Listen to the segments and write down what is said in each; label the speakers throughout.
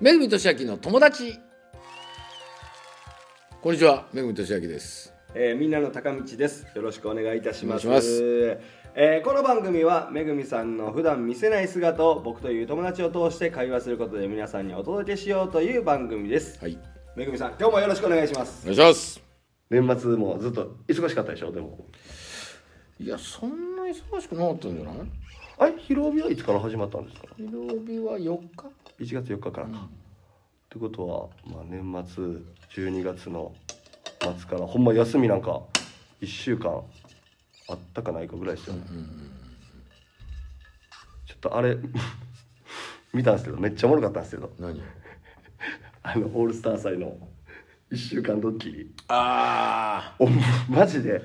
Speaker 1: めぐみとしあきの友達こんにちはめぐみとしあきです
Speaker 2: えーみんなの高道です。よろしくお願いいたします。
Speaker 1: お願いします
Speaker 2: えーこの番組はめぐみさんの普段見せない姿を僕という友達を通して会話することで皆さんにお届けしようという番組です。
Speaker 1: はい
Speaker 2: めぐみさん、今日もよろしくお願いします
Speaker 1: お。願いします
Speaker 2: 年末もずっと忙しかったでしょでも。
Speaker 1: いやそんな忙しくなかったんじゃない
Speaker 2: あれ広尾はいつから始まったんですか。
Speaker 1: 土曜日は4日
Speaker 2: 1月4日からか。ってことはまあ年末12月の末からほんま休みなんか1週間あったかないかぐらいですよね。ちょっとあれ 見たんですけどめっちゃおもろかったんですけど
Speaker 1: 何
Speaker 2: あのオールスター祭の1週間ドッキリ
Speaker 1: あ
Speaker 2: おマジで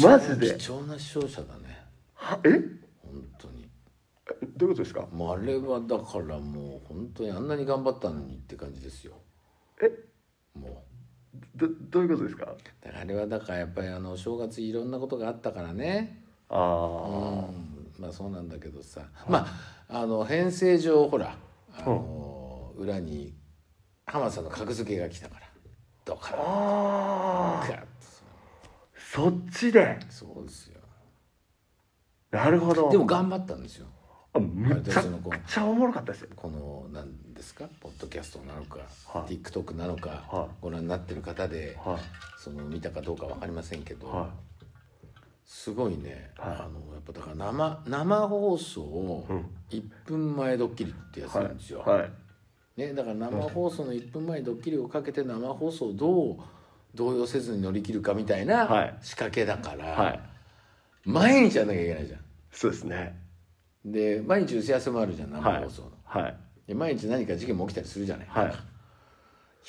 Speaker 2: マジで
Speaker 1: 貴重な視聴者だね
Speaker 2: はえ
Speaker 1: 本当に
Speaker 2: どういうことですか
Speaker 1: もうあれはだからもう本当にあんなに頑張ったのにって感じですよ
Speaker 2: え
Speaker 1: も
Speaker 2: どどういうことですか
Speaker 1: うだからあれはだからやっぱりあのお正月いろんなことがあったからね
Speaker 2: ああ
Speaker 1: うんまあそうなんだけどさ、まああの編成上ほらあの、裏に浜田さんの格付けが来たからドカーンガ
Speaker 2: あー
Speaker 1: ッと
Speaker 2: そっちで
Speaker 1: そうですよ
Speaker 2: なるほど
Speaker 1: でも頑張ったんですよ
Speaker 2: あむちゃくちゃおもろかったですよ
Speaker 1: この何ですかポッドキャストなのか、
Speaker 2: はい
Speaker 1: TikTok なのか、
Speaker 2: はい
Speaker 1: ご覧になってる方で、
Speaker 2: はい
Speaker 1: その見たかどうか分かりませんけど、
Speaker 2: は
Speaker 1: すごいね、
Speaker 2: はい
Speaker 1: あのやっぱだから生生放送を
Speaker 2: うん
Speaker 1: 1分前ドッキリってやつ
Speaker 2: い
Speaker 1: なんですよ、
Speaker 2: はいはい
Speaker 1: ね、だから生放送の1分前にドッキリをかけて生放送をどう動揺せずに乗り切るかみたいな
Speaker 2: はい
Speaker 1: 仕掛けだから、
Speaker 2: はい
Speaker 1: 毎日やんなきゃいけないじゃん
Speaker 2: そうですね
Speaker 1: で毎日打ち合わせもあるじゃん生
Speaker 2: はい
Speaker 1: 放送の、
Speaker 2: はい
Speaker 1: で毎日何か事件も起きたりするじゃない、
Speaker 2: はい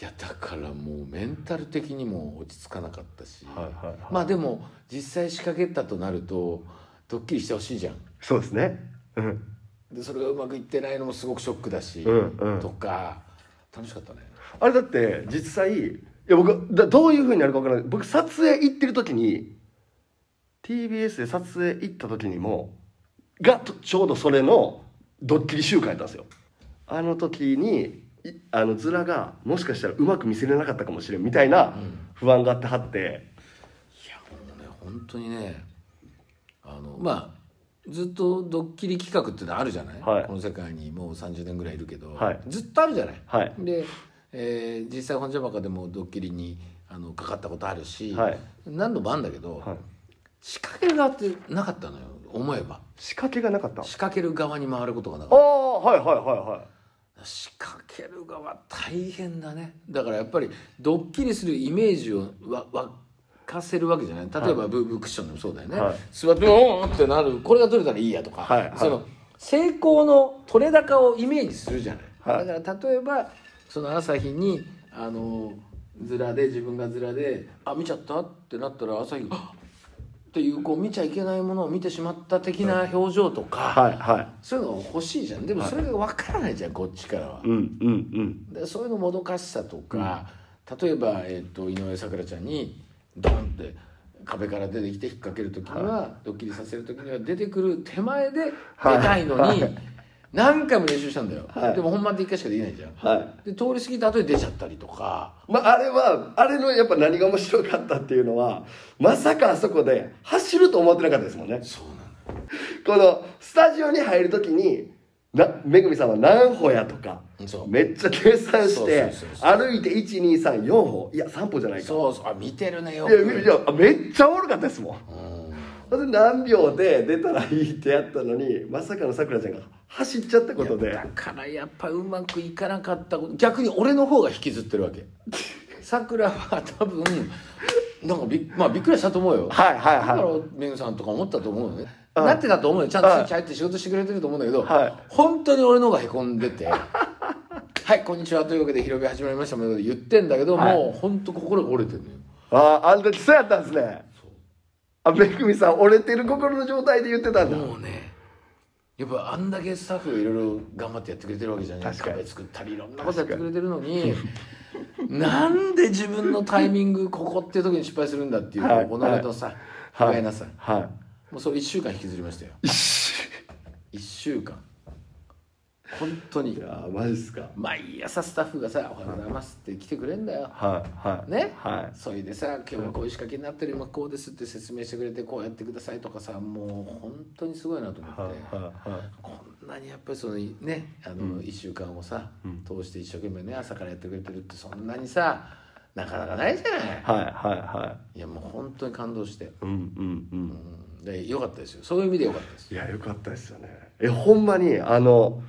Speaker 1: いやだからもうメンタル的にも落ち着かなかったし、
Speaker 2: はいはいはい
Speaker 1: まあでも実際仕掛けたとなるとドッキリしてほしいじゃん
Speaker 2: そうですねうん
Speaker 1: でそれがうまくいってないのもすごくショックだし、
Speaker 2: うんうん
Speaker 1: とか楽しかったね
Speaker 2: あれだって実際いや僕だどういうふうになるかわからない僕撮影行ってる時に TBS で撮影行った時にもがとちょうどそれのドッキリ集会やったんですよあの時にいあのズラがもしかしたらうまく見せれなかったかもしれんみたいな不安があってはって、
Speaker 1: いやもうね本当にねあのまあずっとドッキリ企画ってのあるじゃない、
Speaker 2: はい
Speaker 1: この世界にもう30年ぐらいいるけど、
Speaker 2: はい
Speaker 1: ずっとあるじゃない、
Speaker 2: はい
Speaker 1: で、えー実際本ジャバカでもドッキリにあのかかったことあるし、
Speaker 2: はい
Speaker 1: 何度もあるんだけど、
Speaker 2: はい
Speaker 1: 仕掛けがあってなかったのよ思えば
Speaker 2: 仕掛けがなかった
Speaker 1: 仕掛ける側に回ることがなか
Speaker 2: あ
Speaker 1: っ
Speaker 2: あはいはいは
Speaker 1: た仕掛ける側大変だねだからやっぱりドッキリするイメージをわ沸かせるわけじゃない例えばブーブークッションでもそうだよね、
Speaker 2: はい
Speaker 1: 座っておーってなるこれが取れたらいいやとか、
Speaker 2: はいはい
Speaker 1: その成功の取れ高をイメージするじゃない、
Speaker 2: はい
Speaker 1: だから例えばその朝日にあのズラで自分がズラで「あ見ちゃった?」ってなったら朝日があ「っていうこう見ちゃいけないものを見てしまった的な表情とか、
Speaker 2: いはいは
Speaker 1: そういうの欲しいじゃんでもそれが分からないじゃん、こっちからは、
Speaker 2: いうんうんうん
Speaker 1: でそういうのもどかしさとか、例えば、えっと井上咲楽ちゃんにドンって壁から出てきて引っ掛ける時には、ドッキリさせる時には出てくる手前で出
Speaker 2: はい
Speaker 1: たいのに、何回も練習したんだよ、
Speaker 2: はい
Speaker 1: でも本番で1回しかできないじゃん、
Speaker 2: はい
Speaker 1: で通り過ぎた後に出ちゃったりとか
Speaker 2: まあ、あれはあれのやっぱ何が面白かったっていうのはまさかあそこで走ると思ってなかったですもんね
Speaker 1: そうなの
Speaker 2: このスタジオに入る時になめぐみさんは何歩やとか
Speaker 1: そう
Speaker 2: めっちゃ計算して
Speaker 1: そうそうそ
Speaker 2: 歩いて1234歩いや3歩じゃないか
Speaker 1: そうそうあ見てるねよ
Speaker 2: いやい
Speaker 1: く
Speaker 2: やめっちゃおもろかったですもん
Speaker 1: うん
Speaker 2: それで何秒で出たらいいってやったのにまさかのさくらちゃんが走っちゃったことで
Speaker 1: だからやっぱうまくいかなかったこと逆に俺の方が引きずってる わけさくらは多分なんかび,、まあ、びっくりしたと思うよ
Speaker 2: はいはい
Speaker 1: だから
Speaker 2: は
Speaker 1: めぐさんとか思ったと思うのね、
Speaker 2: はい
Speaker 1: なってたと思うよちゃんとスイッチ
Speaker 2: は
Speaker 1: 入って仕事してくれてると思うんだけど、
Speaker 2: はい
Speaker 1: 本当に俺の方がへこんでて はいこんにちはというわけで広げ始まりましたもんね言ってんだけど、
Speaker 2: はい
Speaker 1: もう本当心が折れてるのよ
Speaker 2: いあああの時そうやったんですねあめぐみさん折れてる心の状態で言ってたんだ
Speaker 1: もうねやっぱあんだけスタッフがいろいろ頑張ってやってくれてるわけじゃない
Speaker 2: 確かに
Speaker 1: 壁作ったりいろんなことやってくれてるのになんで自分のタイミングここっていう時に失敗するんだっていう、
Speaker 2: はい
Speaker 1: 己のさ不甲
Speaker 2: はい
Speaker 1: 斐なさ、
Speaker 2: はい
Speaker 1: もうそれ1週間引きずりましたよ1週間本当に
Speaker 2: やーマジっすか
Speaker 1: 毎朝スタッフがさ「おはようございます」って来てくれんだよ
Speaker 2: はいはい
Speaker 1: ね
Speaker 2: は
Speaker 1: それでさ「今日はこういう仕掛けになってる今こうです」って説明してくれて「こうやってください」とかさもう本当にすごいなと思
Speaker 2: い
Speaker 1: って、
Speaker 2: はいはいはい
Speaker 1: こんなにやっぱりそのねあの1週間をさ、
Speaker 2: うん
Speaker 1: 通して一生懸命ね朝からやってくれてるってそんなにさなかなかないじゃない
Speaker 2: はいはいはい
Speaker 1: やもう本当に感動して、
Speaker 2: いうんうんうん
Speaker 1: うん、でよかったですよそういう意味でよかったです
Speaker 2: いやよかったですよねえほんまにあの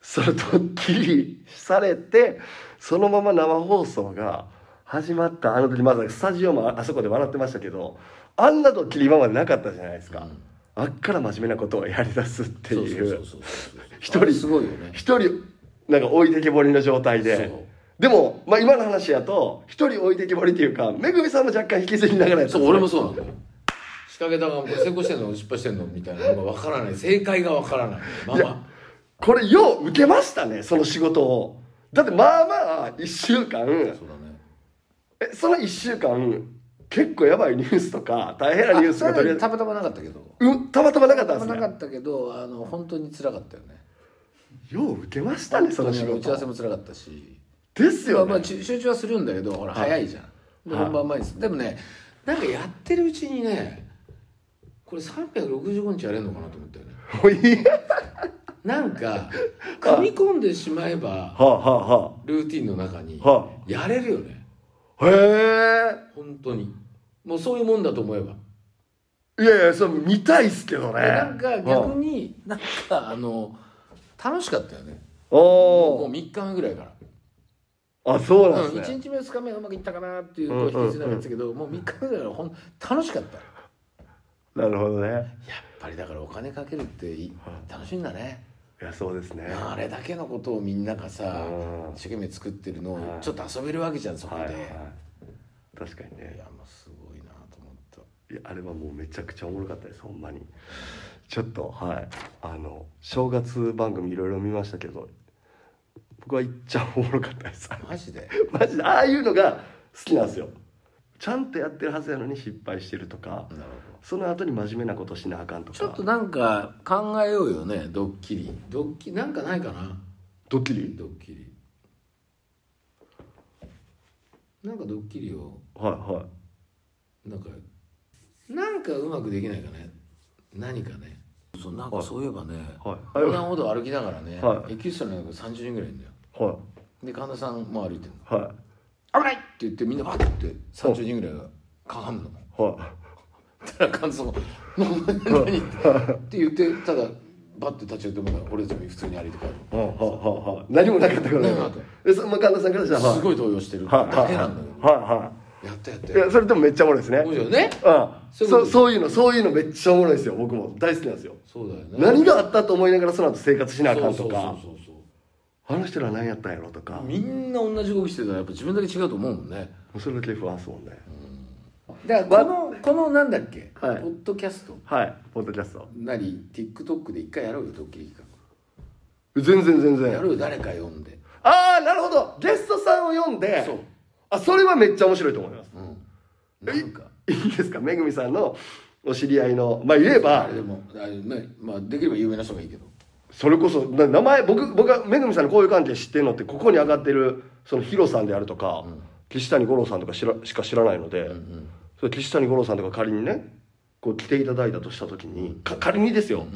Speaker 2: それドッキリされてそのまま生放送が始まったあの時まだスタジオもああそこで笑ってましたけどあんなドッキリ今までなかったじゃないですか、
Speaker 1: うん
Speaker 2: あっから真面目なことをやりだすっていう
Speaker 1: そうそうそうそうそう
Speaker 2: 一人
Speaker 1: あれすごいよね
Speaker 2: 一人なんか置いてけぼりの状態で
Speaker 1: そう
Speaker 2: でも、まあ、今の話やと一人置いてけぼりっていうかめぐみさんも若干引きずりながらやった
Speaker 1: そ
Speaker 2: んですね
Speaker 1: う俺もそうなんだよ仕掛けたがこれ成功してんの失敗してんのみたいなのが分からない正解が分からないまあ
Speaker 2: い
Speaker 1: ま
Speaker 2: やこれよう受けましたねその仕事をだってまあまあ1週間
Speaker 1: あそうだね
Speaker 2: えその1週間結構やばいニュースとか大変なニュース
Speaker 1: あ
Speaker 2: が
Speaker 1: そ
Speaker 2: とり
Speaker 1: れ
Speaker 2: あえ
Speaker 1: は
Speaker 2: ず
Speaker 1: たまたまなかったけど
Speaker 2: うんたまたまなかったた
Speaker 1: ま
Speaker 2: ん
Speaker 1: たま
Speaker 2: で
Speaker 1: なか
Speaker 2: すね
Speaker 1: ったけどあの本当につらかったよね
Speaker 2: よう受けましたねその仕
Speaker 1: 本当にあの打ち合わせ
Speaker 2: 事
Speaker 1: もつらかったし
Speaker 2: です
Speaker 1: まあ
Speaker 2: よ
Speaker 1: まあ
Speaker 2: ね
Speaker 1: 集中はするんだけどほら早いじゃんで
Speaker 2: はい
Speaker 1: 本番前ですでもねなんかやってるうちにねこれ365日やれんのかなと思ったよね
Speaker 2: もういい
Speaker 1: なんか組み込んでしまえば
Speaker 2: はあは
Speaker 1: ルーティンの中に
Speaker 2: あは
Speaker 1: やれるよね
Speaker 2: あは
Speaker 1: 本当にもうそういうもんだと思えば
Speaker 2: あへえいやいやそれ見たいっすけどね
Speaker 1: でなんか
Speaker 2: うん
Speaker 1: 逆になんかあの楽しかったよねも
Speaker 2: お
Speaker 1: う3
Speaker 2: ー
Speaker 1: 日目ぐらいから
Speaker 2: あそうなん
Speaker 1: うん、
Speaker 2: ですね
Speaker 1: 1日目2日目はうまくいったかなっていうこう引きずりながらやってたけど、もう3日目だからほん楽しかったやっ
Speaker 2: なるほどね
Speaker 1: ぱりだからお金かけるっていい
Speaker 2: は
Speaker 1: 楽しいんだね
Speaker 2: いやそうですね
Speaker 1: あれだけのことをみんながさ
Speaker 2: うん
Speaker 1: 一生懸命作ってるの
Speaker 2: は
Speaker 1: を
Speaker 2: い
Speaker 1: ちょっと遊べるわけじゃんそこ
Speaker 2: はい
Speaker 1: で、
Speaker 2: はい
Speaker 1: い
Speaker 2: 確かにね
Speaker 1: やもうすごいなと思った
Speaker 2: いやあれはもうめちゃくちゃおもろかったですほんまにちょっとはいあの正月番組いろいろ見ましたけど僕は一っちゃおもろかったです
Speaker 1: マジで
Speaker 2: マジでああいうのが好きなんですよちゃんとやってるはずやのに失敗してるとか
Speaker 1: なるほど
Speaker 2: その後に真面目なことしなあかんとか
Speaker 1: ちょっとなんか考えようよねドッキリドッキリなんかないかな
Speaker 2: ドッキリ
Speaker 1: ドッキリなんかドッキリを
Speaker 2: はいは
Speaker 1: なんかなんかうまくできないかね何かねそうなんかそういえばね
Speaker 2: いはい
Speaker 1: 横断歩道歩きながらね、
Speaker 2: は
Speaker 1: エキストラの中30人ぐらいいるんだよ
Speaker 2: は
Speaker 1: で神田さんも歩いてるの
Speaker 2: いは
Speaker 1: 「危ない!」って言ってみんなバッて30人ぐらいがかがむの
Speaker 2: いは
Speaker 1: たら神田さんが「な何?」って言ってただバッて立ち寄ってもらう俺たちも普通に歩いて帰る
Speaker 2: いはいはいはい何もなかったからね
Speaker 1: 何もなかっ
Speaker 2: えそまあ神田さんからしたらはい
Speaker 1: すごい動揺してる
Speaker 2: はい
Speaker 1: だけなんだよ
Speaker 2: は
Speaker 1: やったやっ
Speaker 2: い
Speaker 1: た
Speaker 2: はいいやそれでもめっちゃおもろいですね
Speaker 1: 面白いよね
Speaker 2: うん
Speaker 1: そういうこ
Speaker 2: そ
Speaker 1: と
Speaker 2: うそういうのそういうのめっちゃおもろいですよ僕も大好きなんですよ
Speaker 1: そうだよね
Speaker 2: 何があったと思いながらその後生活しなあかん
Speaker 1: そ
Speaker 2: と
Speaker 1: うそう
Speaker 2: か
Speaker 1: そうそう
Speaker 2: あの人ら何やったんやろとか
Speaker 1: みんな同じ動きしてたらやっぱ自分だけ違うと思うもんね
Speaker 2: それだけ不安ですもんね
Speaker 1: だからこのこのなんだっけ、
Speaker 2: はい
Speaker 1: ポッドキャスト
Speaker 2: はいポッドキャスト
Speaker 1: なり TikTok で一回やろうよドッキリ企
Speaker 2: 全然全
Speaker 1: 画や
Speaker 2: 然
Speaker 1: ろうよ誰か呼んで
Speaker 2: ああなるほどゲストさんを読んで
Speaker 1: そう
Speaker 2: あそれはめっちゃ面白いと思います
Speaker 1: うんなんか
Speaker 2: いいですかめぐみさんのお知り合いのまあ言えば
Speaker 1: あれでもあれ、ねまあ、できれば有名な人がいいけど
Speaker 2: それこそな名前僕僕はめぐみさんの交友関係知ってるのってここに上がってるそのヒロさんであるとか、岸谷五郎さんとか知らしか知らないので、それ岸谷五郎さんとか仮にねこう来ていただいたとした時に、か仮にですよ、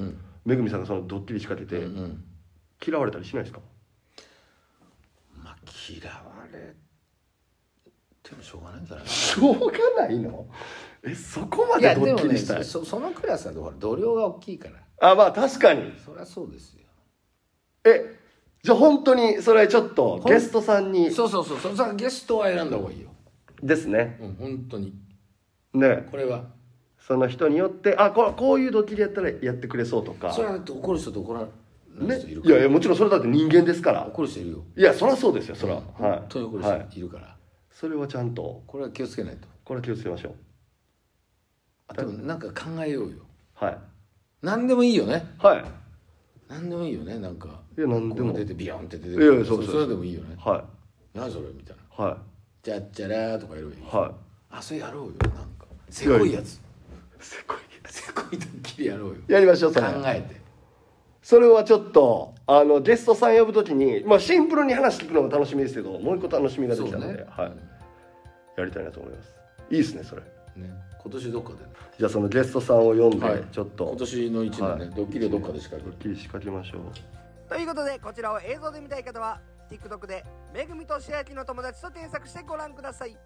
Speaker 2: めぐみさんがそのドッキリ仕掛けて、
Speaker 1: ん
Speaker 2: 嫌われたりしないですか
Speaker 1: まあ嫌われてもしょうがないんじゃない
Speaker 2: しょうがないの えそこま
Speaker 1: い
Speaker 2: で
Speaker 1: や
Speaker 2: ド
Speaker 1: で
Speaker 2: ッ
Speaker 1: も
Speaker 2: キ
Speaker 1: ね
Speaker 2: リしたい、
Speaker 1: そそのクラスはほら度量が大きいから
Speaker 2: あまあ確かに
Speaker 1: そりゃそうですよ
Speaker 2: えじゃあ本当にそれちょっとゲストさんに
Speaker 1: そうそうそうそうさゲストは選んだ方がいいよ
Speaker 2: ですね
Speaker 1: うん本当に
Speaker 2: ね
Speaker 1: これは
Speaker 2: その人によってあここういうドッキリやったらやってくれそうとか
Speaker 1: それはだって怒る人と怒らない
Speaker 2: ね
Speaker 1: 人いる、
Speaker 2: い
Speaker 1: から、
Speaker 2: やいやもちろんそれだって人間ですから
Speaker 1: 怒る人いるよ
Speaker 2: いやそりゃそうですよそりゃ、はい
Speaker 1: 本当に怒る
Speaker 2: は
Speaker 1: 人
Speaker 2: い、
Speaker 1: いるから、
Speaker 2: それはちゃんと
Speaker 1: これは気をつけないと
Speaker 2: これは気をつけましょう
Speaker 1: あでもなんか考えようよ
Speaker 2: はい
Speaker 1: 何でもいいよね
Speaker 2: はい
Speaker 1: 何でもいいよねなんか
Speaker 2: いや何でも
Speaker 1: ここ出てビヨンって出て
Speaker 2: いやいやそうそう
Speaker 1: それでもいいよね
Speaker 2: は
Speaker 1: 何それみたいない
Speaker 2: は
Speaker 1: じゃっちゃらーとかやればいい
Speaker 2: いは
Speaker 1: あそれやろうよなんかせこいやつ
Speaker 2: いすごい
Speaker 1: せこいドッキリやろうよ
Speaker 2: やりましょうそ
Speaker 1: 考
Speaker 2: れ
Speaker 1: えて
Speaker 2: それはちょっとあのゲストさん呼ぶときに、まあ、シンプルに話聞くのも楽しみですけどもう一個楽しみができたので、はい、やりたいなと思いますいいですねそれ
Speaker 1: ね今年どっかでね
Speaker 2: じゃあそのゲストさんを呼んで、
Speaker 1: はい
Speaker 2: ちょっと
Speaker 1: 今年の一年ね、
Speaker 2: はい
Speaker 1: ドッキリをどっかでしか
Speaker 2: ドッキリ仕掛けましょう
Speaker 3: ということでこちらを映像で見たい方は TikTok で「めぐみとしあきの友達」と検索してご覧ください